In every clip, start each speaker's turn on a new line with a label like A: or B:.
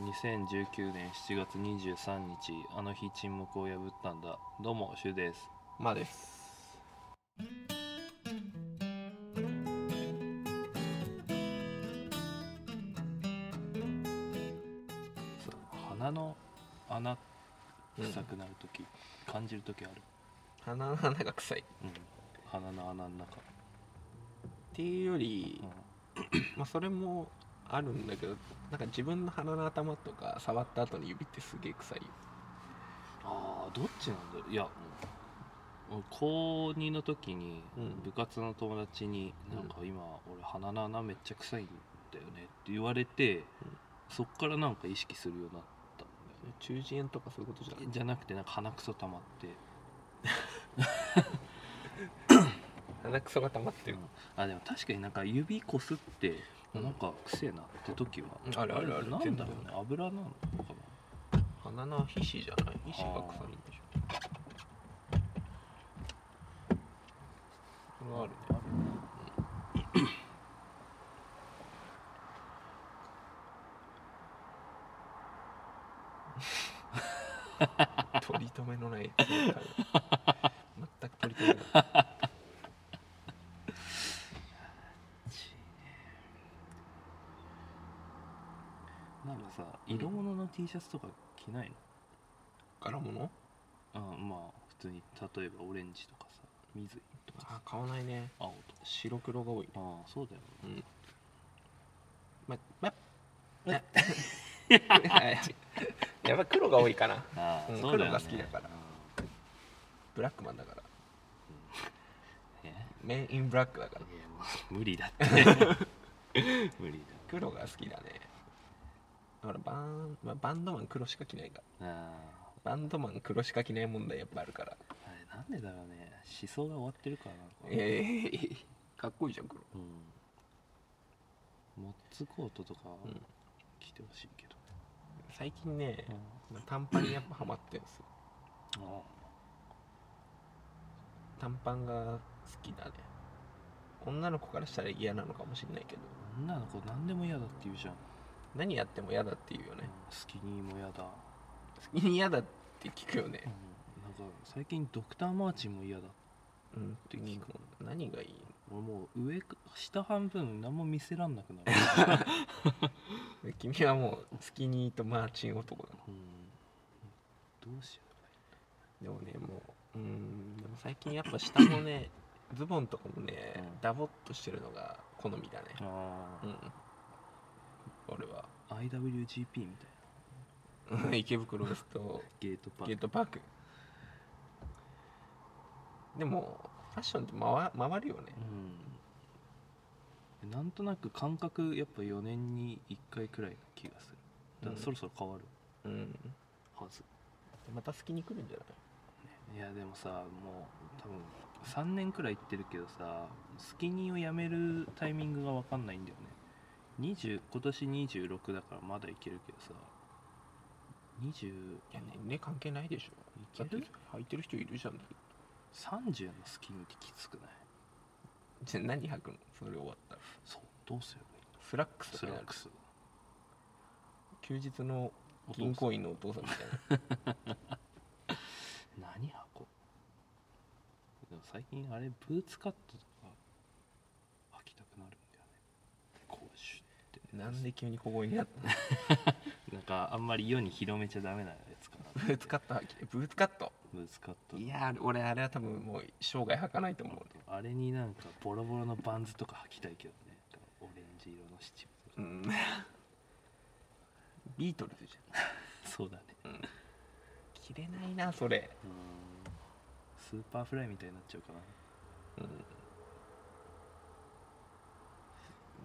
A: 2019年7月23日あの日沈黙を破ったんだどうもシュウです
B: まあです。
A: そう鼻の穴臭くなるとき、感じるときある、
B: 鼻の穴が臭い。っ
A: うん、鼻の穴の中、
B: ていうより
A: うん、
B: まあそれもあるんだけど、なんか自分の鼻の頭とか触った後の指ってすげえ臭いよ。
A: あーどっちなんだろういやもう俺高2の時に
B: うん
A: 部活の友達に「
B: うん
A: なんか今俺鼻の穴めっちゃ臭いんだよね」って言われて、そっからなんか意識するようになったんだよね
B: 中耳炎とかそういうことじゃない。
A: じゃなくてなんか鼻くそ溜まって、
B: 鼻くそが溜まってる。
A: あでも確かになんか指こすって
B: うん
A: なんかくせえなって時は、
B: うんあるあるある
A: れなんだろ
B: 全
A: うね
B: 然
A: 油なのか
B: 鼻の皮脂じゃない皮脂が臭いんでしょ。それ
A: な
B: はあるね。
A: ある
B: 取り留めのない全く取り留めない
A: なんかさ
B: うん
A: 色物の T シャツとか着ないの、
B: 柄物
A: あまあ普通に例えばオレンジとかさ水とか
B: あ買わないね
A: 青とか
B: 白黒が多いね
A: ああそうだよね
B: うんままま やっぱ黒が多いかな
A: あ
B: うん
A: そうだよね
B: 黒が好きだから
A: うん
B: ブラックマンだから
A: え
B: メンインブラックだか
A: い
B: ら
A: やもう無理だって 無理
B: 黒が好きだねだからバン、まあ、バンドマン黒しか着ないから
A: だああ
B: バンドマン黒しか着ない問題やっぱあるから
A: あれなんでだろうね思想が終わってるからなのかな
B: ええかっこいいじゃん黒
A: うんモッツコートとか
B: うん
A: 着てほしいけど、
B: 最近ね
A: うん
B: まあ短パンにやっぱハマってるんですよ
A: あ
B: 短パンが好きだね女の子からしたら嫌なのかもしれないけど
A: 女の子何でも嫌だって言うじゃん、
B: 何やっても嫌だって言うよ
A: うん
B: ね
A: スキニーも嫌だ、
B: 好きに嫌だって聞くよね
A: うん、なんか最近ドクターマーチンも嫌だ
B: うんって聞くの何がいい
A: 俺もう上か下半分何も見せらんなくなる、
B: の君はもうスキニーとマーチン男だ
A: うん、どうしよ
B: でもねもううんでも最近やっぱ下も ねズボンとかもね、
A: うん
B: ダボっとしてるのが好みだね
A: うあ
B: うん俺は
A: あ IWGP みたいな
B: うん池袋ウエスト
A: ゲートパ
B: ゲ
A: ー
B: ー
A: ク
B: トパークでもファッションって回回るよね
A: うんなんとなく感覚やっぱ4年に1回くらいの気がするだからそろそろ変わる
B: うん
A: はず、
B: また好きに来るんじゃな
A: い
B: い
A: やでもさもう多分3年くらい行ってるけどさスキニーをやめるタイミングが分かんないんだよね20今年26だからまだいけるけどさ20
B: いや年齢関係ないでしょ
A: いける
B: 履いてる人いるじゃん
A: 30のスキニーってきつくない
B: じゃあ何履くのそれ終わったら
A: そうどうすればいい
B: スラックス
A: の
B: とか
A: スラ
B: にな
A: ッ
B: る
A: クス
B: 休日の銀行員のお父さんみたいな
A: 何箱でも最近あれブーツカットとか履きたくなるんだよねこうシュッ て
B: なんで急に小声になったの
A: な んかあんまり世に広めちゃダメなやつか な
B: ブーツカット履きブーツカット
A: ブーツカット
B: いやー俺あれは多分もう生涯履かないと思うね
A: あれになんかボロボロのバンズとか履きたいけどねオレンジ色の七分とか
B: うんビートルズじ
A: そうだね
B: ゃん、うん、着れないなそれ
A: うーんスーパーフライみたいになっちゃうかな
B: う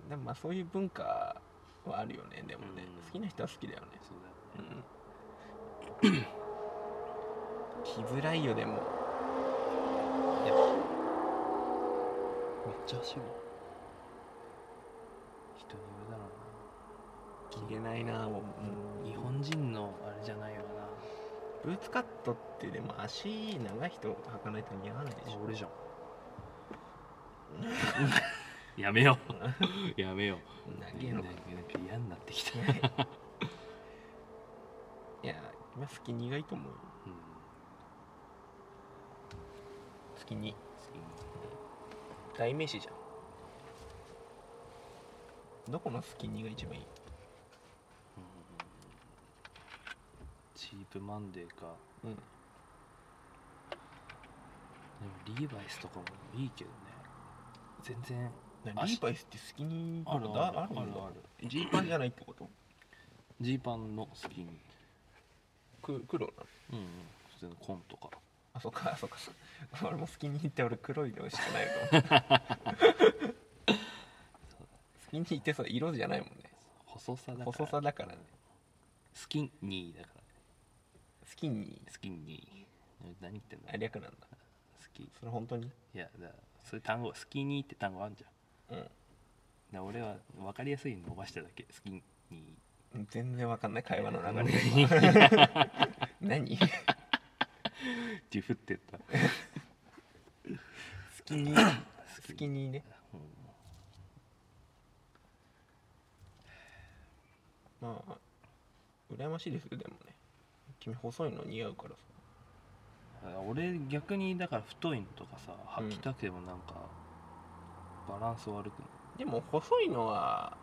B: んでもまあそういう文化はあるよねでもね、
A: うん
B: 好きな人は好きだよね
A: そうだよね、
B: 着づらいよでも
A: めっちゃ走る人によるだろ
B: 着
A: う
B: れ
A: な
B: ないなもう、
A: うん日本人のあれじゃないよ
B: ブーツカットってでも足長い人履かないと似合わないで
A: な
B: し
A: あ
B: ょ
A: 俺じゃん やめよう やめよう
B: 長いのか
A: なんか嫌になってきた
B: ね月2がいいと思うよ
A: うんスキ
B: 月2
A: ニー代名詞じゃん
B: どこの月2が一番いい
A: チープマンデーか
B: うん
A: でもリーバイスとかもいいけどね全然
B: リ
A: 足
B: ーバイスってスキニー
A: ある
B: だ
A: ある
B: あるんだ
A: あるある
B: ジーパンじゃないってこと
A: ジーパンのスキン
B: く黒なの
A: うんうん普通の紺とか
B: あそっかあそっかそっか俺もスキニーって俺黒いのしかないと思うスキニーってそう色じゃないもんね
A: 細さだから
B: 細さだからね
A: スキンニーだからね
B: スキニ
A: スキンニー何言ってんだ
B: ーあ略なんだ
A: スキい
B: それ本当に
A: やだからそういう単語スキニーって単語あるじゃんだか
B: うん
A: ら俺は分かりやすいの伸ばしただけスキンニ
B: 全然わかんない会話の流 れ
A: ー
B: 何
A: デュフってった
B: ス キニー
A: ス
B: スキニーね
A: うん
B: まあ羨ましいですよでもね君細いの似合うからさ
A: あ俺逆にだから太いのとかさ履きたくてもなんかバランス悪くな
B: でも細いのは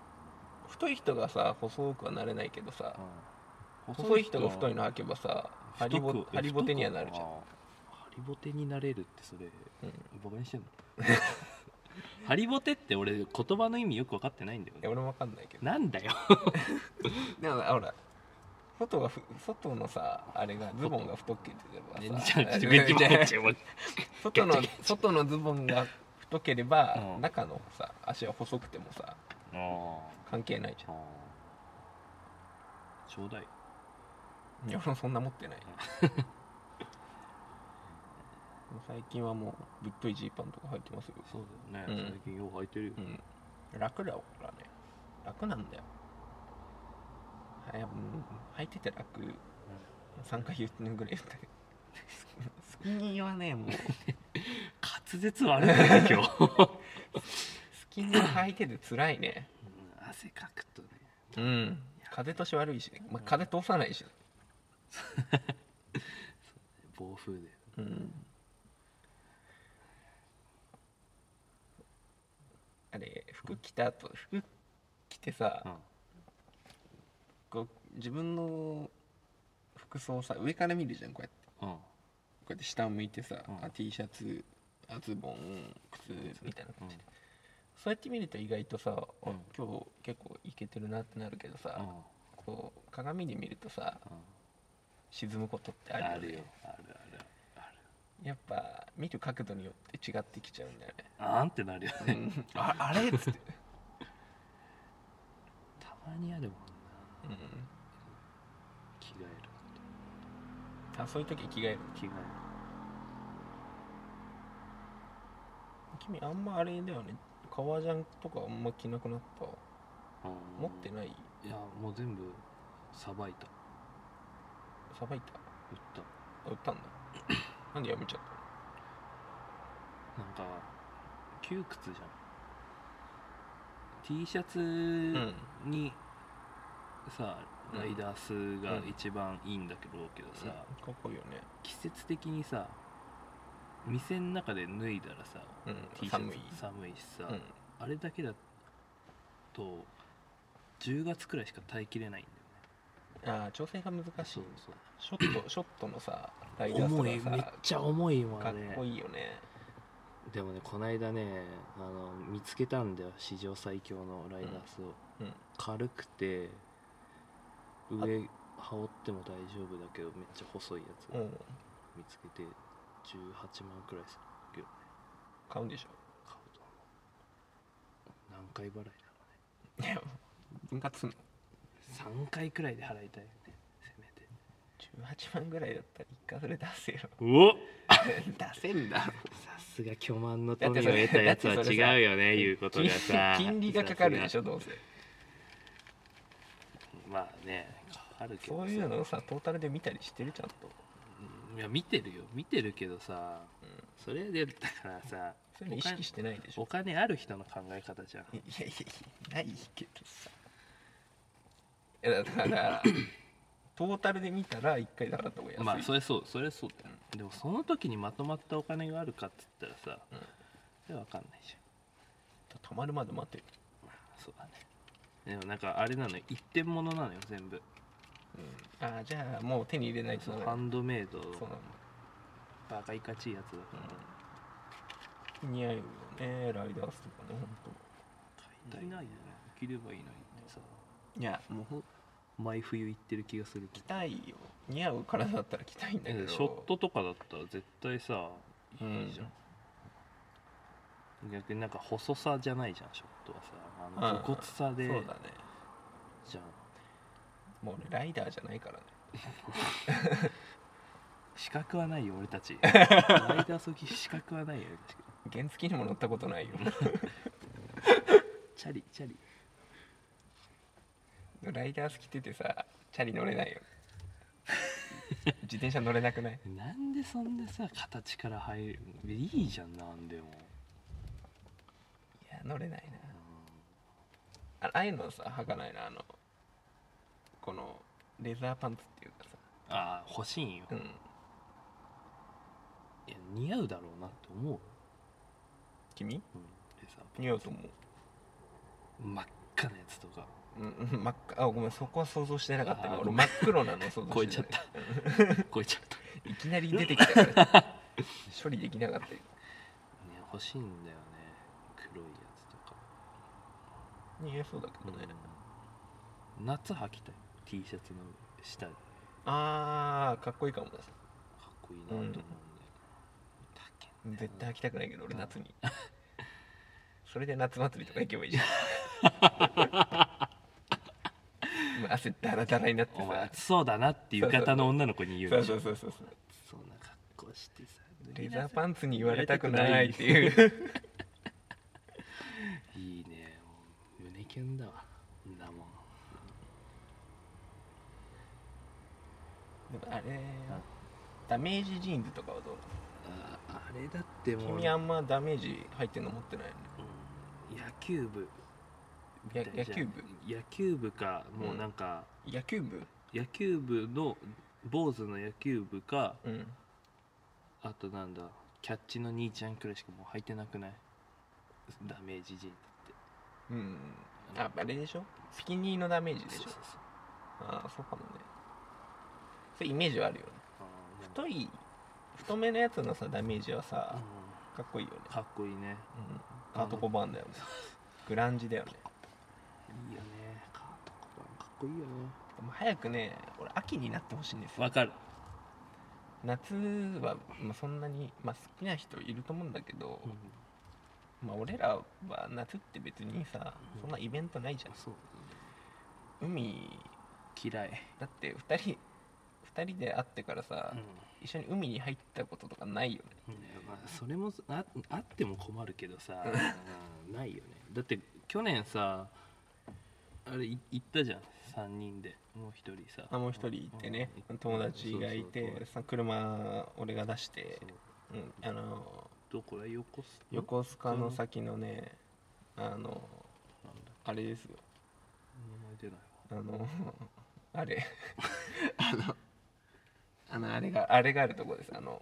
B: 太い人がさ細くはなれないけどさ
A: い、うん
B: 細い人が太いの履けばさハリボ
A: 太く
B: ハリボテにはなるじゃん
A: 太くはハリボテになれるってそれ
B: うん
A: バカにしてんの ハリボテって俺言葉の意味よく分かってないんだよ
B: いや
A: ね
B: 俺もわかんないけど
A: なんだよ
B: でもほら外がふ外のさあれがズボンが太 け
A: じ
B: れ
A: ゃ
B: ば
A: あ
B: さ
A: ちょっとこっちもこっちも
B: 外の
A: ガチャ
B: 外のズボンが太ければ、
A: うん
B: 中のさ足は細くてもさ
A: あ
B: 関係ないじ
A: あちょうだい
B: ゃんいや俺もそんな持ってない 最近はもうぶっといジーパンとか履いてますよ、
A: そうだよ
B: う
A: ね
B: ん
A: 最近よう履いてるよ
B: うん、楽だからね楽なんだよはい、うん、履いてて楽、3回言ってるぐらい言ったけど スキニーはねもう
A: 滑舌悪いね今日
B: スキニー履いてて辛いね
A: うん汗かくとね
B: うん風通し悪いしね、まあ、風通さないし、
A: 暴風で
B: うん、あれ服着た後服着てさ、
A: うん
B: こう自分の服装をさ上から見るじゃんこうやって
A: うん
B: こうやって下を向いてさ、
A: うん
B: あ T シャツあズボン靴みたいな
A: う
B: 感
A: ん
B: じで、そうやって見ると意外とさ、あ
A: うん
B: 今日結構いけてるなってなるけどさ、
A: うん
B: こう鏡で見るとさ
A: うん
B: 沈むことってあ
A: あ
B: るよ
A: る
B: ね
A: よあるあるある
B: やっぱ見る角度によって違ってきちゃうんだよね
A: あーんってなるよね
B: ああれっつって、
A: たまにあるもんな
B: うん、
A: 着替える
B: あそういう時着替える
A: 着替える
B: 君あんまあれだよね革ジャンとかあんま着なくなった持って
A: い
B: ない
A: いやもう全部さばいた
B: さばいた
A: 売った
B: あ売ったん だなんでやめちゃっ
A: なんか窮屈じゃん T シャツ
B: たうん
A: にさ
B: うん
A: ライダースが一番いいんだけど、けどさ、
B: さあかっこいいよね
A: 季節的にさ店の中で脱いだらさ、
B: うん
A: T シャツ
B: 寒い
A: 寒いしさ、
B: うん
A: あれだけだと10月くらいしか耐えきれないん
B: ああ調整が難
A: だよね
B: しい
A: そう
B: ショ ットショットのさライダース
A: 重い
B: と
A: めっ
B: か
A: ちゃ重いも
B: さか
A: ん
B: っ
A: ね
B: こいいよね
A: でもねこないだねあの見つけたんだよ史上最強のライダースを、
B: うんうん
A: 軽くて上羽織っても大丈夫だけどめっちゃ細いやつ
B: う
A: を
B: ん
A: 見つけて18万くらいするけどね
B: 買うんでしょ
A: 買うと何回払いだろ
B: いや分割すんの
A: うね3回くらいで払いたいよねせめて
B: 18万ぐらいだったら一回それ出せよ
A: お
B: 出せん だろ
A: さすが巨万の
B: だ
A: 富
B: っ
A: を
B: てそれ
A: 得たやつは
B: だってそれ
A: 違
B: さ
A: うよね言うことがさ
B: 金金利がかかるでし
A: ょ
B: ょどうせ
A: まあねかかるけど
B: そ
A: さ
B: ういうのをさトータルで見たりしてるちゃんと
A: うんいや見てるよ見てるけどさ
B: うん
A: それでだからさ
B: そういうの意識してないでし
A: お
B: ょ
A: 金ある人の考え方じゃん
B: いや いやいやないけどさいやだからだからトータルで見たら1回だからとか安い、
A: まあそれそうそれそうだよ、でもその時にまとまったお金があるかっつったらさ、
B: うん
A: それ分かんないじ
B: たまるまで待てる、
A: ゃんそうだねでもなんかあれなのよ一点物なのよ全部
B: うん、ああじゃあもう手に入れないと
A: そう
B: な
A: ハンドメイド
B: そうなんだ
A: バカいかちいやつだから、
B: うん似合うよねライダースとかね本
A: 買いたいないよね着ればいいのにってさ
B: 当いやもうほん
A: 毎冬行ってる気がするけ
B: 着
A: ど
B: たいよ似合う体だったら着たいんだけど
A: ショットとかだったら絶対さいいじゃん、逆になんか細さじゃないじゃんショットはさあの
B: うん
A: 武骨さで、
B: そうだね
A: じゃん
B: もう俺ライダーじゃないからね
A: 資格はないよ俺 たちライダーソギ資格はないよ俺たち
B: 原付にも乗ったことないよ
A: チャリチャリ
B: ライダース着ててさチャリ乗れないよ自転車乗れなく ない
A: なんでそんなさ形から入るのいいじゃんなんでも、
B: いや乗れないな
A: うん
B: あああいうのさ履かないなあのこのレザーパンツっていうかさ
A: ああ欲しいんよ、
B: う
A: い
B: ん
A: や似合うだろうなって思う、
B: 君
A: うん、でさ
B: 似合うと思う
A: 真っ赤なやつとか
B: うん うん真っ赤あごめんそこは想像してなかった
A: あ
B: 今
A: ー
B: 俺真っ黒なの想像してない
A: 超えちゃった 超えちゃった、ね、
B: いきなり出てきたから 処理できなかったよ
A: 欲しいんだよね黒いやつとか、
B: 似合いそうだけどね、
A: うん夏履きたい T シャツの下で
B: あーかっこいいかも
A: かっこいいなと思うんで、
B: うん
A: だけど
B: 絶対履きたくないけど俺夏にそれで夏祭りとか行けばいいじゃん今汗だらだらになって
A: お前
B: さ
A: 暑そうだなって浴衣の女の子に言う
B: そう
A: でし
B: そ
A: ょ
B: うそうそうそう
A: そんな格好してさ
B: レザーパンツに言わ
A: れ
B: れ
A: た
B: た
A: く
B: く
A: な
B: ないい
A: っ
B: ってていう
A: いいねもう胸キュンだわんなもん
B: あれダメージジーンズとかはどう
A: ああれだって
B: な
A: も
B: の
A: う
B: 君あんまダメージ入ってんの持ってないよね
A: うん野球部み
B: や
A: たい
B: 野
A: じゃん
B: 球部
A: 野球部かもうなんか、
B: 野球部
A: 野球部の坊主の野球部か
B: うん
A: あとなんだキャッチの兄ちゃんくらいしかもう履いてなくないダメージ人って
B: うんああれでしょスキニーのダメージでし
A: そうそ
B: ょ
A: うそう
B: ああそうかもねそうイメージはあるよね
A: あーでも
B: 太い太めのやつのさダメージはさ
A: う
B: かっこいいよね
A: んかっこいいね
B: うんカートコバーンだよねグランジだよね
A: いいよねカートコバンかっこいいよね
B: でも早くね俺秋になってほしいんですよ
A: わかる
B: 夏は、まあ、そんなに、まあ、好きな人いると思うんだけど、まあ、俺らは夏って別にさ
A: うん
B: そんなイベントないじゃ
A: そうん
B: 海
A: 嫌い、
B: だって2人2人で会ってからさ、一緒に海に入ったこととかないよね
A: まあ、それもああっても困るけどさうんないよねだって去年さあれい行ったじゃん3人でもう一人さ
B: あもう一人いてね
A: うん
B: 友達がい
A: そうそ
B: て
A: う
B: さ車俺が出して
A: そうそう
B: うんあの
A: どこだ横須賀
B: 横須賀の先のねあの
A: なんだ
B: あれですよ
A: 名前出ないわ
B: あの あれあのあのあれがあれがあるとこですあの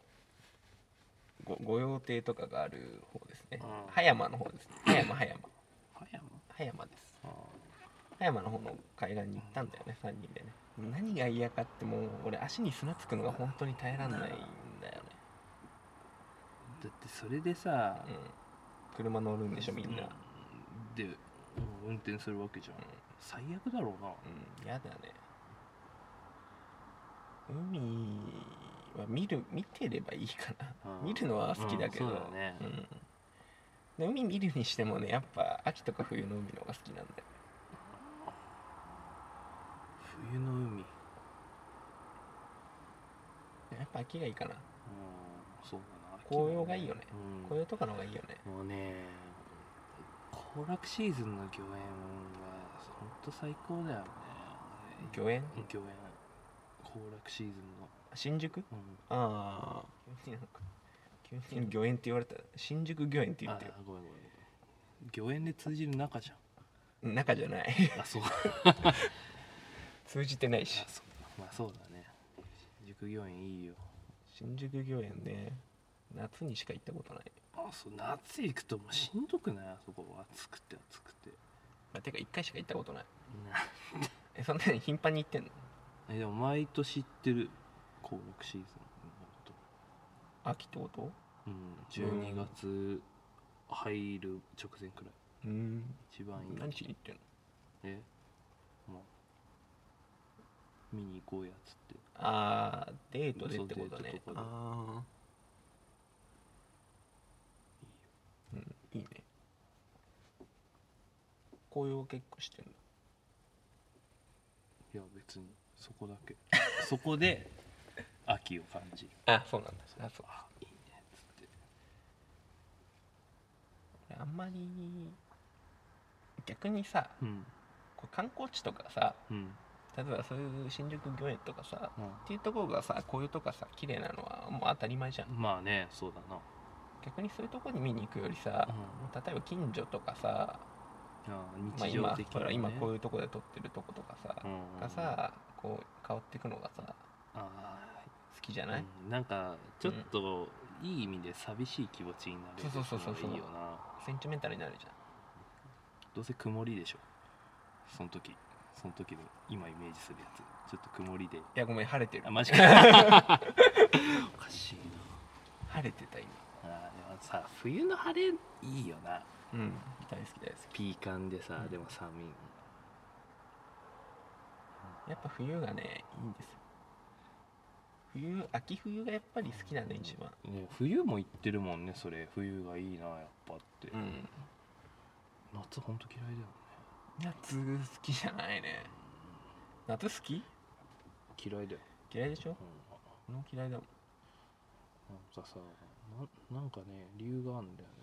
B: ご御用邸とかがある方ですね
A: あー
B: 葉山の方ですね葉山葉山
A: 葉山
B: 葉山です
A: あ
B: 葉山の方の海岸に行ったんだよね3人でね何が嫌かってもう俺足に砂つくのが本当に耐えらんないんだよね
A: ーだってそれでさ
B: うん車乗るんでしょみんな、うん
A: うんで運転するわけじゃん最悪だろうな
B: うん、やだね海は見る見てればいいかな、
A: うん
B: 見るのは好きだけど、
A: うんそうだね
B: うんで海見るにしてもねやっぱ秋とか冬の海の方が好きなんだよ
A: 冬の海うん
B: やっぱ秋がいいかな
A: そうだな
B: 紅葉がいいよね
A: うん
B: 紅葉とかの方がいいよね
A: もうね行楽シーズンの御苑はほんと最高だよね
B: 御苑
A: うん御苑行楽シーズンの、
B: 新宿
A: うん
B: ああ急になんか急に御苑って言われたら新宿御苑って言
A: あ
B: ってよ
A: ーごめんごめんごめん御苑で通じる中じゃん
B: 中じゃない
A: あそう
B: 通じてないし
A: あそうだまあそうだね塾業園いいよ
B: 新宿御苑ね夏にしか行ったことない、
A: あそう夏行くともうしんどくないあそこ暑くて暑くて
B: まあ、てか1回しか行ったことない
A: な
B: えそんなに頻繁に行ってんの
A: えでも毎年行ってる行楽シーズン
B: 秋ってこと
A: うん12月入る直前くらい
B: うん
A: 一番いい
B: 何しに行ってんの
A: えもう見に行こうやっつって
B: ああデートでってこと
A: そうデートと
B: ね
A: かで
B: ああうんいいね紅葉結構してんの
A: いや別にそこだけそこで秋を感じる
B: あそうなんだあそう
A: あいいねっつって
B: 俺あんまり逆にさ
A: うん
B: こう観光地とかさ
A: うん
B: 例えばそういう新宿御苑とかさ
A: う
B: っていうところがさ紅葉とかさ綺麗なのはもう当たり前じゃん
A: んまあねそうだな
B: 逆にそういうところに見に行くよりさ、
A: う
B: 例えば近所とかさ、
A: あ
B: まあ、
A: 日常
B: 今
A: 的
B: ほ
A: な、
B: ら
A: ね
B: 今こういうところで撮ってるとことかさ、
A: うん
B: がさこう変わっていくのがさ好
A: あ
B: きじゃ
A: あ、
B: ない、
A: うんなんかちょっといい意味で寂しい気持ちになる
B: そうそうそうそ
A: の
B: う
A: がいいよな
B: センチメンタルになるじゃん
A: どうせ曇りでしょその時その時の今イメージするやつちょっと曇りで
B: いやごめん晴れてる
A: あマジ かおかしい
B: 晴れてた今
A: なあーでもさ冬の晴れいいよな
B: うん大好き大好
A: ピーカンでさ、
B: うん
A: でも寒い
B: きやっぱ冬がねいいんですよ冬秋冬がやっぱり好きなんだ一番
A: ね冬も行ってるもんねそれ冬がいいなやっぱって、
B: うん
A: 夏ほんと嫌いだよね
B: 夏好きじゃないね夏好き
A: 嫌いだよ、
B: 嫌いでしょ
A: うん
B: 俺も嫌いだもん
A: なんかさななんかね理由があるんだよね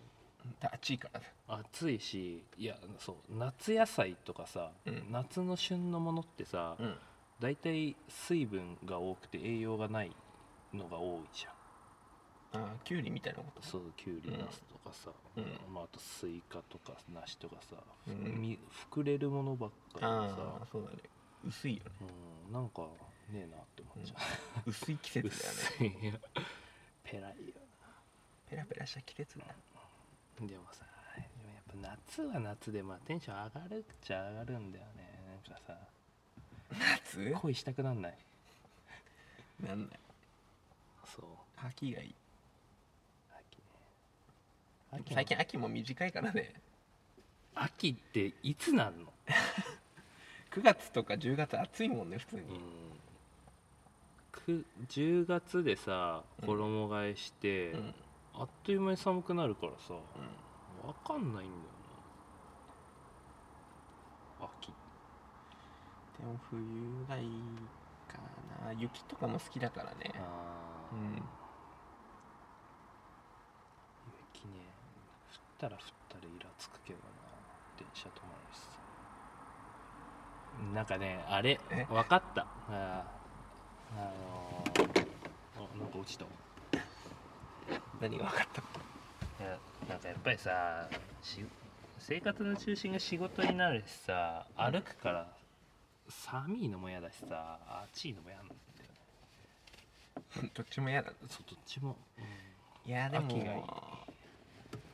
B: うん暑いからだ
A: 暑いしいやそう夏野菜とかさ、
B: うん
A: 夏の旬のものってさ、
B: うん
A: だいたい水分が多くて栄養がないのが多いじゃん
B: あーキュウリみたいなこと
A: そうきゅうり
B: うん
A: なすとかさ、
B: うん
A: まあ、あとスイカとか梨とかさ、
B: うん
A: み膨れるものばっかりで
B: あ
A: さ
B: あ、そうだね薄いよね
A: うん、なんかねえなって思っちゃ
B: 薄い季
A: う、
B: 節だよね
A: 薄いよ ペラいよ
B: ペラペラした季節だ
A: でもさでもやっぱ夏は夏でまあテンション上がるっちゃ上がるんだよねなんかさ
B: 夏
A: 恋したくなんない
B: なんだよ
A: そう
B: 秋がいい
A: 秋ね
B: でも最近秋も短いからね
A: 秋っていつなんの、
B: 9月とか10月暑いもんね普通に
A: く10月でさ
B: うん
A: 衣替えして、
B: うん、うん
A: あっという間に寒くなるからさわかんないんだよな秋
B: でも冬がいいかな雪とかも好きだからね
A: あ
B: う
A: ー、
B: ん
A: 雪ね降ったら降ったらイラつくけどな電車止まるしさなんかねあれ
B: え
A: わかったあーあのーあなんか落ちた
B: 何が分かった
A: いやなんかやっぱりさし生活の中心が仕事になるしさ歩くから寒いのも嫌だしさ暑いのも嫌なんだよね
B: どっちも嫌だ
A: そうどっちも、
B: いやでも
A: 秋がいい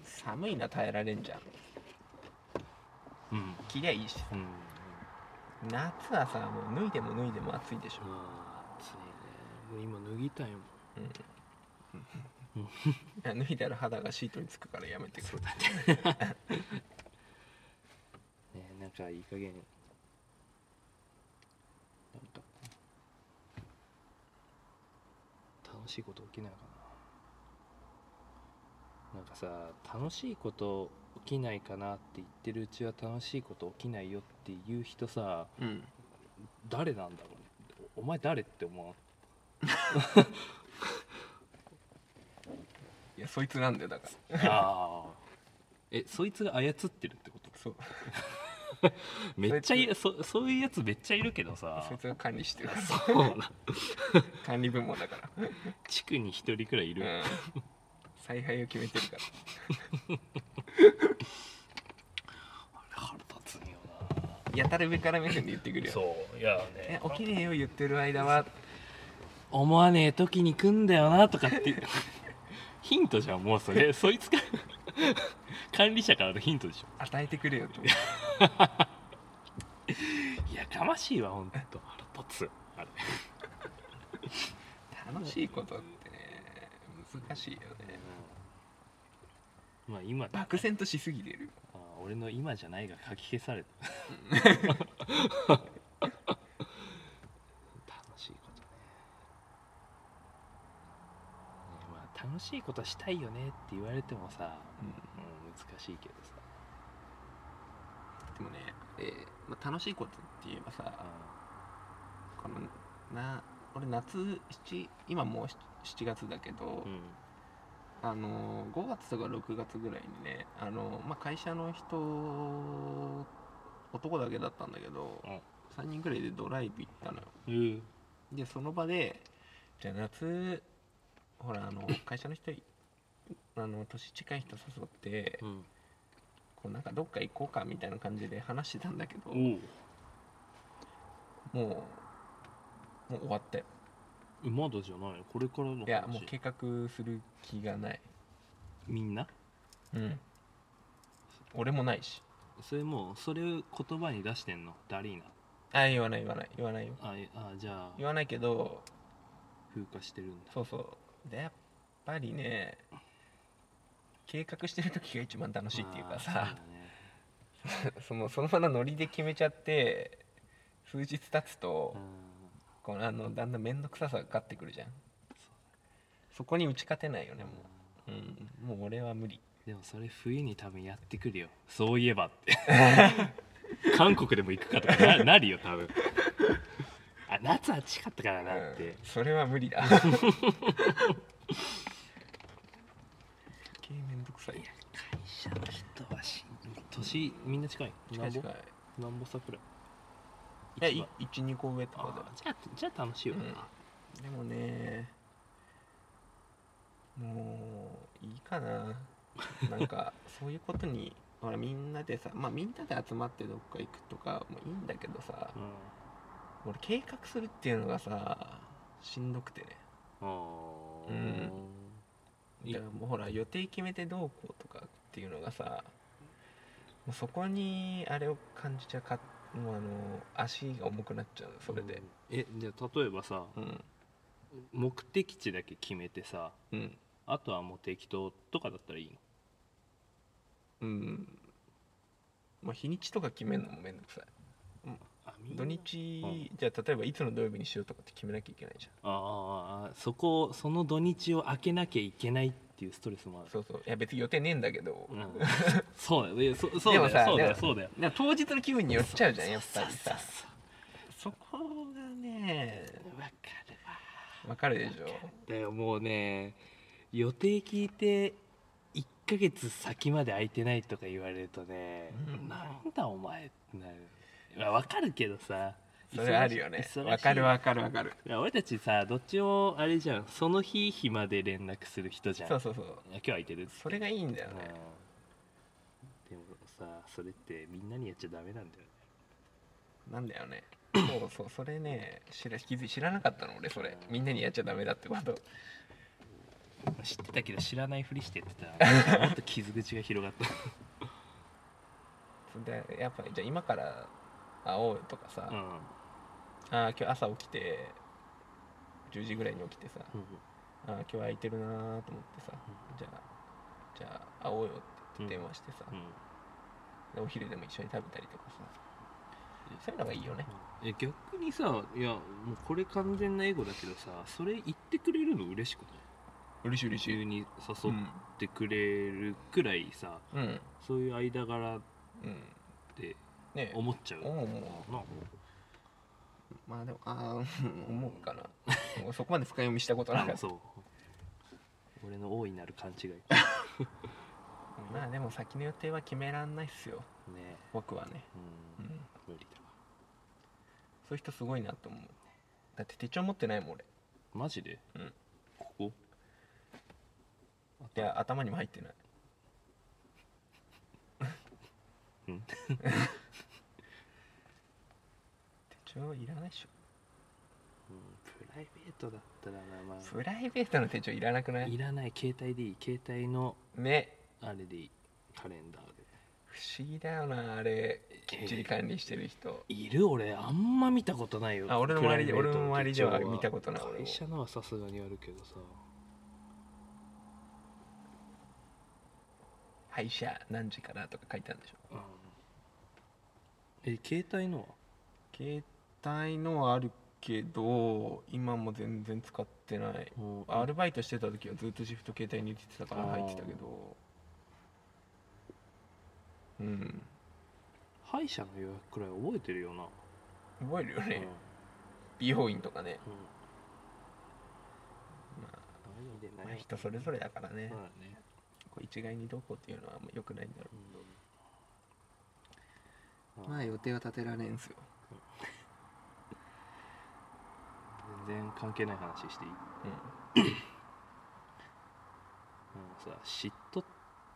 B: 寒いな耐えられんじゃん
A: うんうん
B: 着りゃいいし
A: うん、うん、
B: 夏はさもう脱いでも脱いでも暑いでしょ、
A: 暑いねもう今脱ぎたいもん
B: うん いや脱いだら肌がシートにつくからやめてくれ
A: ねえなんかいい加減なんか楽しいこと起きないかななんかさ楽しいこと起きないかなって言ってるうちは楽しいこと起きないよっていう人さ
B: うん
A: 誰なんだろうねおお前誰って思わん
B: いやそいつなんだよだか
A: ああえそいつが操ってるってこと
B: らそう
A: めっちゃいそそういうやつめっちゃいるけどさ
B: そいつが管理してるから
A: そうな
B: 管理部門だから
A: 地区に一人くらいいる、
B: うん采配を決めてるから
A: あれ腹立つんよな
B: やたら上から目線で言ってくるよ
A: そういや
B: え
A: ね
B: 起きねえよ言ってる間は
A: 思わねえ時に来んだよなとかって ヒントじゃんもうそれそいつから管理者からのヒントでし
B: 与えてくれよって
A: ょいやかましいわほんと腹立つあれ
B: 楽しいことってね難しいよね
A: まあ今
B: 漠然としすぎてる
A: あー俺の今じゃないが書き消された楽しいことねねまあ楽しいことしたいよねって言われてもさ、
B: うん
A: うん、難しいけどさ、
B: でもね、えーまあ、楽しいことって言えばさこのな俺夏7今もう7月だけど、
A: うん
B: あの5月とか6月ぐらいにねあの、まあ、会社の人男だけだったんだけど、
A: うん
B: 3人ぐらいでドライブ行ったのよ
A: うん
B: でその場でじゃあ夏ほらあの会社の人いあの年近い人誘って
A: うん
B: こうなんかどっか行こうかみたいな感じで話してたんだけど
A: お
B: も
A: う
B: うもう終わったよ
A: えまだじゃないのこれからの話
B: いやもう計画する気がない
A: みんな
B: うん俺もないし
A: それもうそれを言葉に出してんのダリーナ
B: あ言わない言わない言わないよ
A: あえあじゃ
B: 言
A: あ
B: わないけど
A: 風化してるんだ
B: そうそうでやっぱりね計画してる時が一番楽しいっていうかさ
A: あーそうだね
B: そのそのままノリで決めちゃって数日経つと、
A: うん
B: このあのだんだん面倒くささが勝ってくるじゃんそこに打ち勝てないよねもう、うん、もう俺は無理
A: でもそれ冬に多分やってくるよそういえばって 韓国でも行くかとかななるよ多分あ夏暑かったからなって、
B: うんそれは無理 だ計面倒くさい
A: 会社の人はしんどい年みんな近い
B: 近い近い
A: ぼなんぼ差くらい
B: いや
A: 一
B: い
A: 番
B: 12個上とかだ
A: あじゃあじゃあ楽しいよな、
B: うんでもねもういいか ななんかそういうことにほらみんなでさまあみんなで集まってどっか行くとかもいいんだけどさ
A: うん
B: 俺計画するっていうのがさしんどくてね
A: あー
B: うん
A: い
B: だからもうほら予定決めてどうこうとかっていうのがさもうそこにあれを感じちゃうかもうあの足が重くなっちゃうそれで
A: えじゃあ例えばさ
B: うん
A: 目的地だけ決めてさ
B: うん
A: あとはもう適当とかだったらいいの
B: うんまあ日にちとか決めるのもめんどくさい
A: あみんな
B: 土日、
A: うん
B: じゃあ例えばいつの土曜日にしようとかって決めなきゃいけないじゃ
A: ああそこをその土日を開けなきゃいけないっていうストレスもあ
B: ん
A: る
B: そうそういや別に予定ねえんだけど、
A: うん そうだよいやそそうだ
B: で
A: よ
B: もさ
A: そうだよ
B: でも
A: そうだよ
B: でも当日の気分によっちゃうじゃんやっぱり
A: そう
B: さ
A: そう
B: そこがね
A: そうわかるわ
B: わかるでしょ
A: だよもうね予定聞いて1ヶ月先まで空いてないとか言われるとね、
B: うん
A: なんだお前ってなるまあわかるけどさ
B: それあるよね
A: 忙しい
B: わかるわかるわかる
A: いや俺たちさどっちもあれじゃんその日暇で連絡する人じゃん
B: そうそうそう
A: いや今日空いてるっつって
B: それがいいんだよね
A: うんでもさそれってみんなにやっちゃダメなんだよね
B: なんだよねそうそうそれね知ら気づい知らなかったの俺それみんなにやっちゃダメだってこと
A: まあ知ってたけど知らないふりしてって言ったらもっと傷口が広がった
B: でやっぱりじゃあ今から会おうよとかさ、
A: うん
B: ああー今日朝起きて10時ぐらいに起きてさ、あー今日空いてるなーと思ってさ、
A: う
B: じゃあじゃあ会おうよって
A: うん
B: 電話してさ、
A: うん
B: でお昼でも一緒に食べたりとかさそういうのがいいよね
A: え逆にさいやもうこれ完全なエゴだけどさそれ言ってくれるの嬉しくない
B: 嬉しい嬉
A: 急
B: い
A: に誘
B: う
A: っ
B: ん
A: てくれるくらいさ、
B: うん、うん
A: そういう間柄って
B: ねえ
A: 思っちゃう
B: 思う思
A: なあ
B: うまあでもあー 思うかな俺そこまで深読みしたことなか
A: あ
B: っ
A: そう俺の大いなる勘違いね
B: たまあでも先の予定は決めらんないっすよ僕はね、
A: う
B: うんん、
A: 無理だわ
B: そういう人すごいなと思うだって手帳持ってないもん俺
A: マジで、
B: うん
A: ここ
B: いや頭にも入ってない
A: うん
B: 帳いらないっしょ
A: プライベートだったらなま
B: プライベートの手帳いらなくな
A: あい
B: い
A: らない携帯でいい携帯の
B: ね
A: あれでいいカレンダーで
B: 不思議だよなあれきっちり管理してる人
A: いる俺あんま見たことないよ
B: あ俺の周りで
A: プライベート
B: 俺の周りでは見たことない
A: 手帳は会社のはさすがにあるけどさ
B: 歯医者何時からとか書いてあるんでし
A: う
B: ょ
A: んえ携帯のは
B: 携帯のはあるけど今も全然使ってないアルバイトしてた時はずっとシフト携帯に入れてたから入ってたけどうん
A: 歯医者の予約くらい覚えてるよな、
B: 覚えるよ
A: うん
B: ね美容院とかね
A: うん
B: まあ
A: 何で
B: まあ
A: ない
B: 人それぞれだからね
A: まあね
B: こう一概にどうこうっていうのはあんま良くないんだろ
A: うん
B: うまあ予定は立てられんすよ
A: 全然関係ない話していい
B: うん
A: あのさ嫉妬っ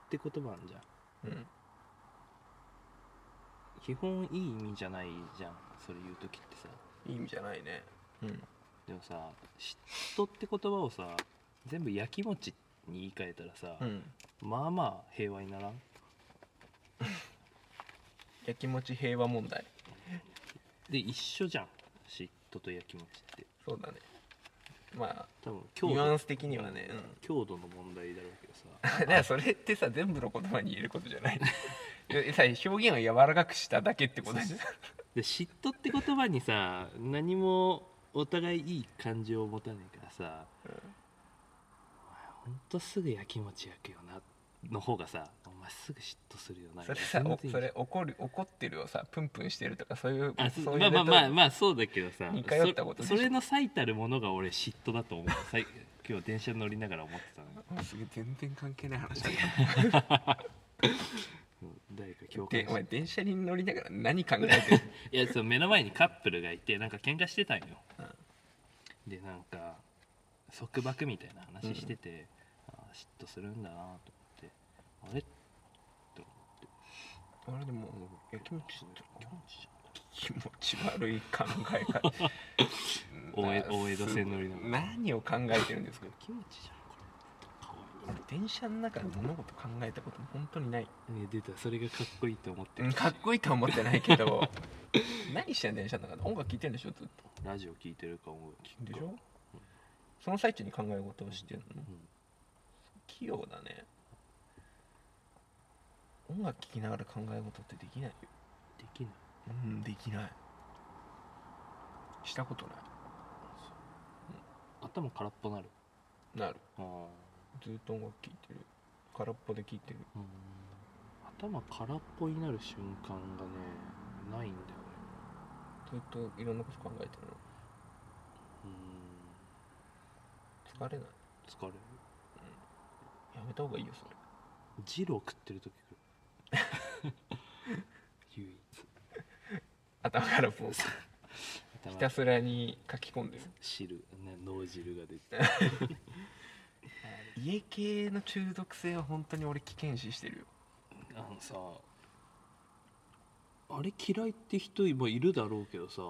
A: て言葉あんじゃん
B: うん
A: 基本いい意味じゃないじゃんそれ言う時ってさ
B: いい意味じゃないねうん
A: でもさ嫉妬って言葉をさ全部やきもちに言い換えたらさ、
B: うん
A: まあまあ平和にならん
B: やきもち平和問題
A: で一緒じゃん嫉妬とやきもちって
B: そうだねまあ
A: 多分
B: ニ
A: 強
B: ュア
A: 度
B: ンス的にはねうん
A: 強度の問題だろうけどさ
B: だからそれってさ全部の言葉に言えることじゃ ないえさ表現を柔らかくしただけってことです
A: で嫉妬って言葉にさ何もお互いいい感情を持たないからさお前ほんとすぐやきもち焼くよなの方がさお前すぐ嫉妬するよな
B: それさ
A: 全然
B: お
A: いい
B: それ怒る怒ってるをさプンプンしてるとかそういう
A: あそ
B: そういう
A: まあまあまあ
B: レ
A: まあそうだけどさ
B: 似通ったことでし
A: そ
B: ょ
A: それの最たるものが俺嫉妬だと思うさい 今日電車乗りながら思ってたのよ
B: トルすげえ全然関係ない話だ
A: うん誰か共感
B: でお前
A: し
B: 電車に乗りながら何考えてる
A: いやそう目の前にカップルがいてなんか喧嘩してたんよ、
B: うん
A: でなんか束縛みたいな話してて、あー嫉妬するんだなと思ってあれと
B: 俺でも
A: 思
B: やきもち
A: ちょっと気持ちじゃん
B: 気持ち悪い考え方
A: 大江
B: な
A: 大江戸線乗りながら
B: 何を考えてるんですか
A: 気持ちじゃんこれかわいい
B: 俺電車の中で物事考えたこと本当にない
A: ね出たそれがかっこいいと思って
B: うんかっこいいとは思ってないけ ど何してんの電車の中で音楽聴いてるんでしょずっと
A: ラジオ聞いてるか思う
B: でしょその最中に考え事をしてるの
A: うん
B: 器用だね音楽聴きながら考え事ってできないよ
A: できない
B: うんできないしたことな
A: 頭空っぽなる
B: いなる
A: あー
B: ずっと音楽聴いてる空っぽで聴いてる
A: うん頭空っぽになる瞬間がねないんだよね
B: ずっといろんなこと考えてる
A: うん
B: の疲れない
A: 疲れる
B: やめた方がいいよそれ
A: ジロー食ってる時く らい唯一
B: 頭からこうひ
A: 頭
B: たすらに書き込んでる
A: 汁ね脳汁が出て
B: 家系の中毒性は本当に俺危険視してるよ
A: あのさあれ嫌いって人今いるだろうけどさ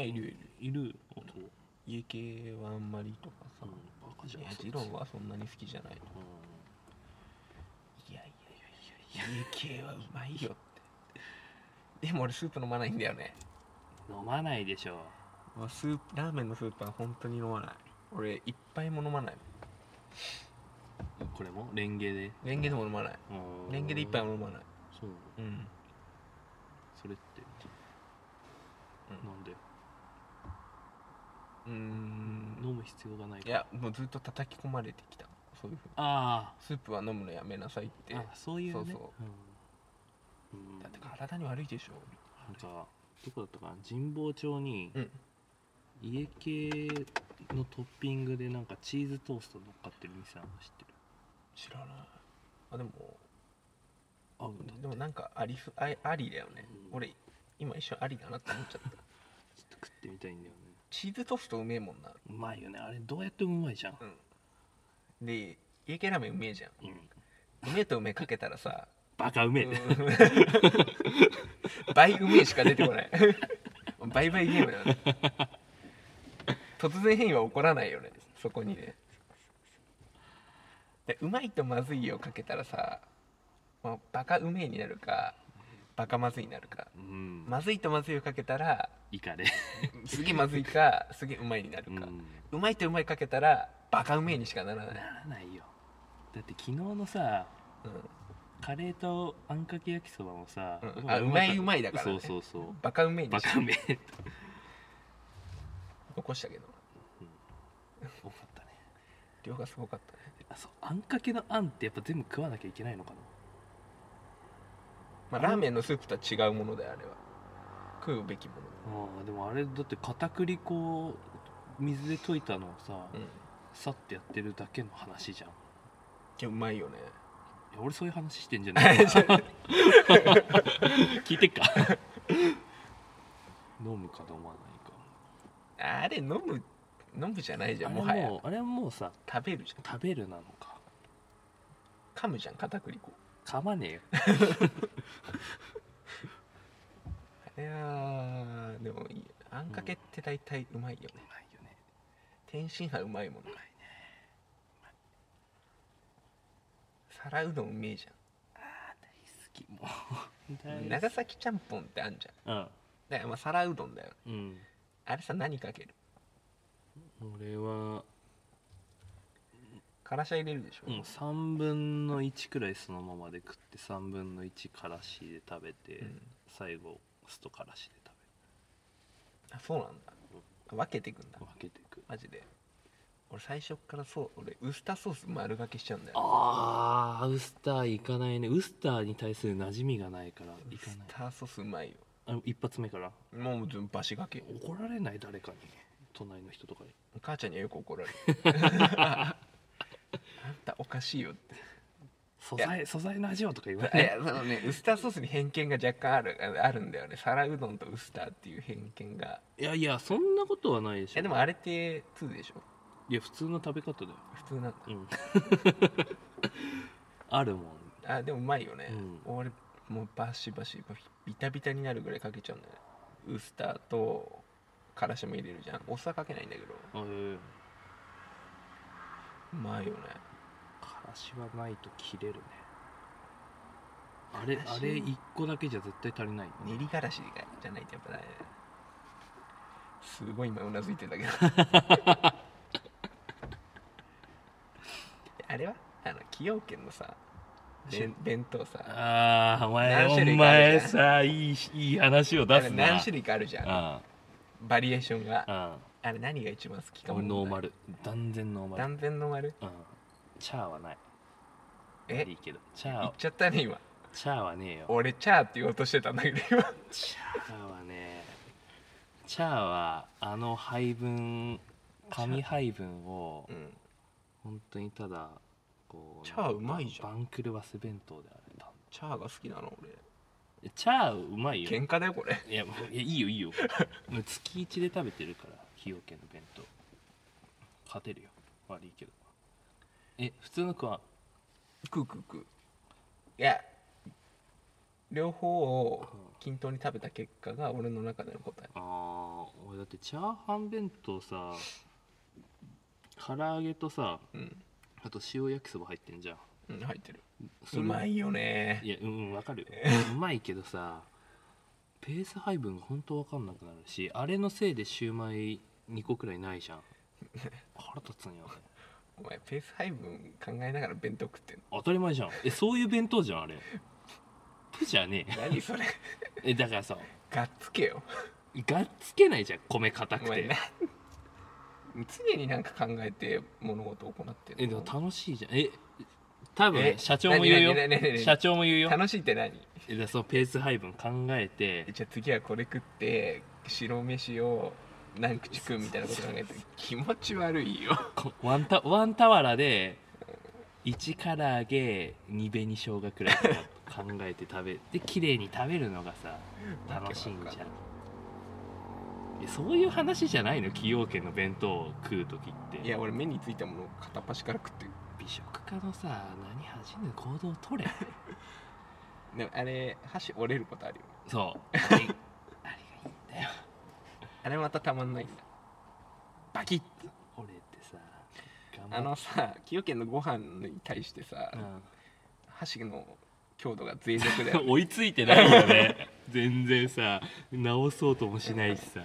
B: いるいる
A: いる音
B: 家系はあんまりとかさ、
A: うんバカじゃん
B: いやジローはそんなに好きじゃないと
A: う
B: いやいやいやいやいや家系はうまいよってでも俺スープ飲まないんだよね
A: ん飲まないでしょ
B: 俺スープラーメンのスープは本当に飲まない俺一杯も飲まない
A: これもレンゲで
B: レンゲでも飲まないレンゲで一杯も飲まない
A: そう
B: うん
A: それって
B: うん
A: なんで
B: うーん
A: 飲む必要がない
B: いやもうずっと叩き込まれてきたそういうふうに
A: あ
B: スープは飲むのやめなさいって
A: ーあそういうね
B: そうそ
A: うん、うん、
B: だって体に悪いでしょ
A: なんかどこだったかな神保町に
B: うん
A: 家系のトッピングでなんかチーズトースト乗っかってる店なんか知ってる
B: 知らないあでも
A: 合うんだって
B: でもなんかありふあありだよね、
A: うん
B: 俺今一瞬ありだなって思っち ゃった
A: ちょっと食ってみたいんだよね
B: チーズトーストうめえもんな
A: うまいよねあれどうやってもうまいじゃん
B: うんで家系ラーメンうめえじゃん
A: うん、
B: うめえとうめえかけたらさ
A: バカうめえ、
B: うん倍うめえしか出てこない 売買ゲームだよね突然変異は起こらないよねそこにねでうまいとまずいをかけたらさ、まあ、バカうめえになるかバカまずいになるか
A: うん
B: まずいとまずいをかけたら
A: イカで、
B: すげえまずいかすげえうまいにな
A: う
B: る
A: ん、
B: か、
A: な
B: うまいとうまいかけたらバカうめえにしかならない、
A: らないよだって昨日のさ
B: う
A: カレーとあんかけ焼きそばもさ、
B: うんあうまいうまいだからね
A: そうそうそ
B: ん、バカうめえ
A: う
B: に
A: バ
B: しか
A: カめ
B: 残したけど
A: 多かったね
B: 量がすごかったね
A: あそうあんかけのあんってやっぱ全部食わなきゃいけないのかな
B: まあ、ラーメンのスープとは違うものであれは食うべきもの
A: あーでもあれだって片栗粉を水で溶いたのをさ、
B: うんい
A: さってやってるだけの話じゃんい
B: やうまいよね
A: や俺そういう話してんじゃ
B: じ
A: ない
B: ゃあ
A: 聞いてっか飲むか飲まないか
B: あれ飲む飲むじゃないじゃんも
A: あ
B: は
A: れ
B: や
A: もうあれはもうさ
B: 食べるじゃん
A: 食べるなのか
B: 噛むじゃん片栗粉
A: 噛まね
B: いやーでもいいあんかけって大体うまいよね
A: えようまいよね
B: 天津飯うまいもの
A: うまいね
B: 皿うどんうめえじ
A: あー大好き
B: ゃ
A: も
B: ん
A: う
B: 長崎ちゃんぽんってあんじゃん
A: うん
B: だからまあ皿うどんだよ
A: うん
B: あれさ何かける
A: 俺は
B: からしゃ入れるでしょ、
A: もう3分の1くらいそのままで食って3分の1からしで食べて、
B: うん
A: 最後酢とからしで食
B: あそうなんだ分けていくんだ
A: べる分けていく
B: マジで俺最初っからそう俺ウスターソース丸がけしちゃうんだよ
A: あーウスターいかないねウスターに対する馴染みがないから
B: ウ
A: いか
B: ス
A: ない
B: ターソースうまいよ
A: あ一発目から
B: もう全部バシがけ
A: 怒られない誰かに隣の人とかに
B: 母ちゃんにはよく怒られ るあんたおかしいよって
A: 素材素材の味はとか言わ
B: い
A: れ
B: やそのねウスターソースに偏見が若干あるああるんだよね皿うどんとウスターっていう偏見が
A: いやいやそんなことはないでし
B: い
A: ょ
B: やでもあれって2でしょ
A: いや普通の食べ方だよ
B: 普通なんだ
A: うん あるもん
B: あでもうまいよね、
A: う
B: 俺もうバシバシバシビタビタになるぐらいかけちゃうんだよねウスターとからしも入れるじゃんお酢はかけないんだけど
A: あえ
B: うまいよね
A: からしはないと切れるねあれ
B: からし
A: あれ1個だけじゃ絶対足りないよ
B: 練りがらしじゃないとやっぱねすごい今うなずいてんだけどあれはあの崎陽軒の さ弁弁当さ
A: ああお前
B: 何種
A: お
B: 類かある
A: 前
B: じゃん
A: さいいしいい話を
B: あ
A: 出
B: れ
A: すな
B: 何種類かあるじゃん
A: あ
B: バリエーションが
A: ああ
B: あれ何が一番好き
A: あ
B: かも
A: 俺ノーマル断然ノーマル、
B: 断然ノーマル
A: うん、チャーはない
B: え
A: い
B: 言
A: いけどチャ
B: っ
A: ー
B: ちゃったね今
A: チャーはねえよ
B: 俺チャーって言おうとしてたんだけど今
A: チャーはねチャーはあの配分紙配分を
B: うん
A: 本当にただこう
B: チャーうまいじゃ
A: バ
B: ん
A: ンクルバス弁当であれた
B: チャーが好きなの俺
A: チャーうまいよ
B: 喧嘩だよこれ
A: いやもういやいいよいいよもう月1で食べてるから崎陽軒の弁当勝てるよ悪いけどえ普通の子は
B: 食う食う食ういや両方を均等に食べた結果が俺の中での答え
A: ああ俺だってチャーハン弁当さ唐揚げとさ
B: うん、
A: あと塩焼きそば入ってんじゃん
B: うん、入ってる
A: そうれ
B: まいよね
A: いやうんうんわかる うまいけどさペース配分が本当わかんなくなるしあれのせいでシューマイ2個くらいない じゃん腹立つんよ俺
B: お前ペース配分考えながら弁当食ってん
A: 当たり前じゃんえそういう弁当じゃんあれプじゃね
B: の何それ
A: ええだからさ
B: がっつけよ
A: がっつけないじゃん米硬
B: お
A: く
B: 前
A: て
B: な常になんか考えて物事を行ってんの
A: えでも楽しいじゃんえ多分ね
B: え
A: 社長も言うよ
B: 何何何何
A: 社長も言うよ
B: 楽しいって何
A: えだからそのペース配分考えて
B: じゃあ次はこれ食って白飯を何口食うみたいなこと考えて気持ち悪いよ
A: こワンタワンタワラで1から揚げ2紅生姜くらいかな考えて食べで綺麗に食べるのがさ楽しいんじゃん
B: わけわ
A: えそういう話じゃないの崎陽軒の弁当を食う時って
B: いや俺目についたものを片っ端から食ってる
A: 美食家のさ何恥じぬ行動を取 れ
B: でもあれ箸折れることあるよ
A: そうあれあれがいいんだよ
B: あれまたたまんないんだバキッ
A: 俺ってさ頑
B: あのさ崎陽軒のご飯に対してさ、
A: う
B: 箸の強度が脆弱だよ
A: ん 追いついてないよね全然さ直そうともしないし さ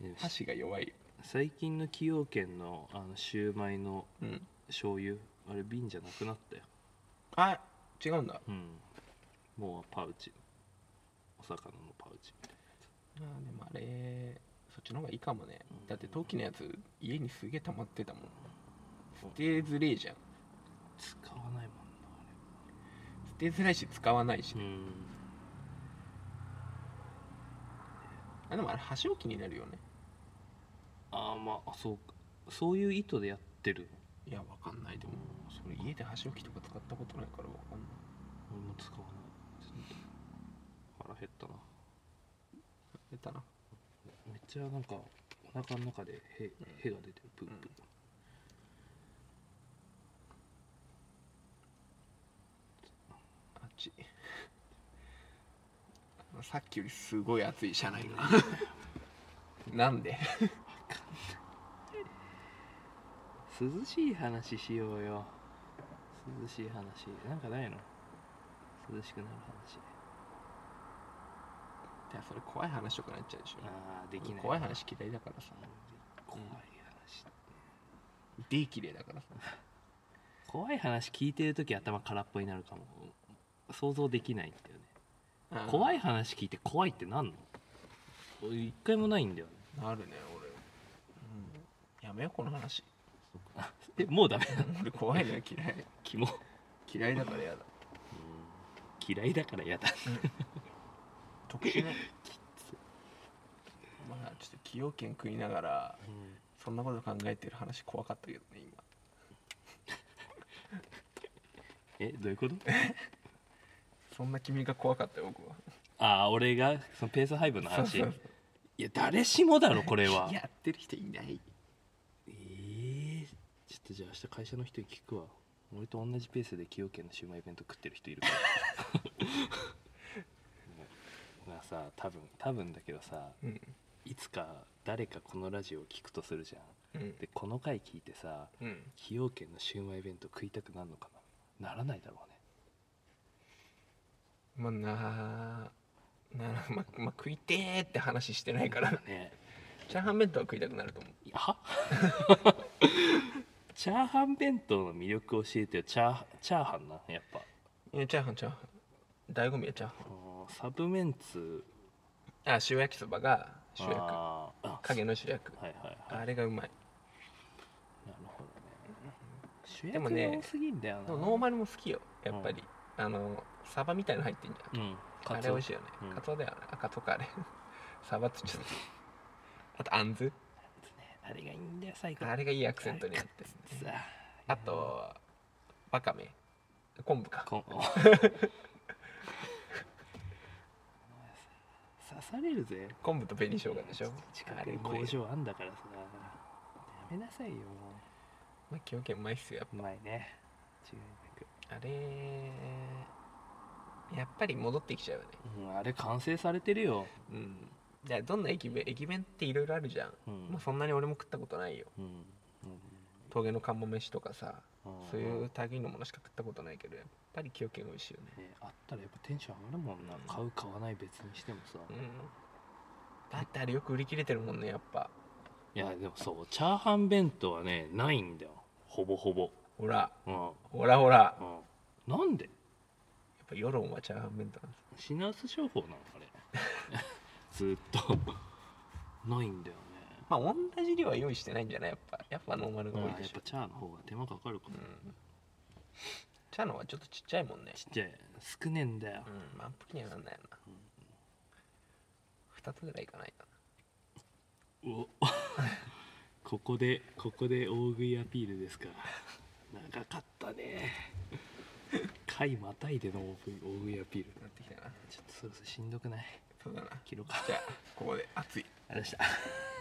A: よし
B: 箸が弱いよ
A: 最近の崎陽軒のあのシューマイの
B: うん
A: 醤油あれ瓶じゃなくなったよ
B: あ違うんだ
A: うんもうパウチお魚のパウチみたい
B: あーでもあれそっちの方がいいかもね
A: うん
B: だって陶器のやつ家にすげえ溜まってたもん捨
A: な
B: てづれえじゃん
A: 使わないもんな
B: 捨てづらいし使わないし
A: あれ
B: ね、
A: ん
B: あでもあれ箸置きになるよね
A: ああまあそうかそういう意図でやってる
B: いやわかんないでもそれ家で箸置きとか使ったことないからわかんない
A: 俺も使わない腹減ったな
B: 出たな
A: めっちゃなんかお腹の中でへへが出てるプンプン、
B: あっち さっきよりすごい暑いじゃないかなん で
A: 涼しい話しようよ涼しい話なんかないの涼しくなる話
B: いやそれ怖い話とかなっちゃうでしょ
A: ああできない
B: 怖い話嫌いだからさ
A: 怖い話
B: で綺麗だから さ
A: 怖い話聞いてる時頭空っぽになるかも想像できないんだよね
B: あー
A: 怖い話聞いて怖いってなんの俺一回もないんだよね
B: なるね俺、うん、やめようこの話
A: えもうダメなの
B: 俺怖 いのよ嫌い
A: キモ
B: 嫌いだからやだ
A: 嫌いだから嫌だ
B: 特 殊ねまあちょっと崎陽軒食いながらそんなこと考えてる話怖かったけどね今
A: えどういうこと
B: そんな君が怖かったよ僕は
A: ああ俺がそのペース配分の話
B: そうそうそう
A: いや誰しもだろこれは
B: やってる人いない
A: えー、ちょっとじゃあ明日会社の人に聞くわ俺と同じペースで崎陽軒のシウマイ弁当食ってる人いるから がさ多分多分だけどさ
B: うん
A: いつか誰かこのラジオを聞くとするじゃん
B: うん
A: でこの回聞いてさ
B: うん
A: 崎陽軒のシウマイ弁当食いたくなるのかなならないだろうね
B: まあななまあ、まあ、食いてーって話してないから
A: ね
B: チャーハン弁当は食いたくなると思う
A: いや チャーハン弁当の魅力を教えてよチャーチャーハンなやっぱ
B: いやチャーハンチャーハン醍醐味はチャーハ
A: あーサブメンツ
B: ンあ塩焼きそばが主役
A: あーあ
B: 影の主役
A: はいはいはい
B: あれがうまい
A: なるほどね主
B: で
A: 役が
B: もね
A: 多すぎんだよな
B: でもノーマルも好きよやっぱり、あのサバみたいの入ってんじゃ
A: うん
B: ん
A: カ
B: あれ
A: ツ
B: 美
A: オ
B: 味しいよね、
A: うん
B: カツオだよねあカツオかあれ サバっつっちゃったあとあんず
A: あれがいいんだよ最後
B: あれがいいアクセントになって
A: さ
B: あとわかめ昆布か
A: こん刺されるぜ
B: 昆布と紅生姜でしょ
A: 近
B: あ
A: く
B: れ
A: に
B: うまい
A: 工
B: よ
A: 場あんだからさやめなさいよ
B: まあ崎陽軒うまいっすよやっ
A: うまいね違いなく
B: ぱあれやっぱり戻ってきちゃうよね
A: うん、あれ完成されてるよ、
B: うんじゃあどんな駅弁駅弁っていろいろあるじゃん、
A: うん
B: まあ、そんなに俺も食ったことないよ
A: うん
B: 峠の釜飯とかさ
A: うん
B: そういう類のものしか食ったことないけどやっぱり崎陽軒美味しいよね
A: ねあったらやっぱテンション上がるもんな、
B: うん
A: 買う買わない別にしてもさ、
B: うん
A: い
B: だってあれよく売り切れてるもんねやっぱ
A: やでもそうチャーハン弁当はねないんだよほぼほぼ
B: ほら
A: うん、うん、
B: ほらほらやっ
A: なんで
B: ぱ世論はチャーハン弁当なんで
A: 品薄商法なのあれ ずっとないんだよね
B: すまあ同じ量は用意してないんじゃないやっぱやっぱノーマルが
A: ま
B: 多
A: あ
B: い
A: や
B: で
A: っ
B: しょ
A: ぱチャーの方が手間かかるか
B: う
A: ら、
B: んチャーのはちょっとちっちゃいもんね
A: ちっちゃい少ねえんだよ
B: うん満腹にはなんないよな
A: うん
B: 2つぐらいいかないか
A: お ここでここで大食いアピールですか長かったね回またいでの大食い大食いアピール
B: ななってきたな
A: ちょっとそろそろしんどくない
B: そうだな
A: 切ろうか
B: じゃあここで熱い
A: ありがとうございました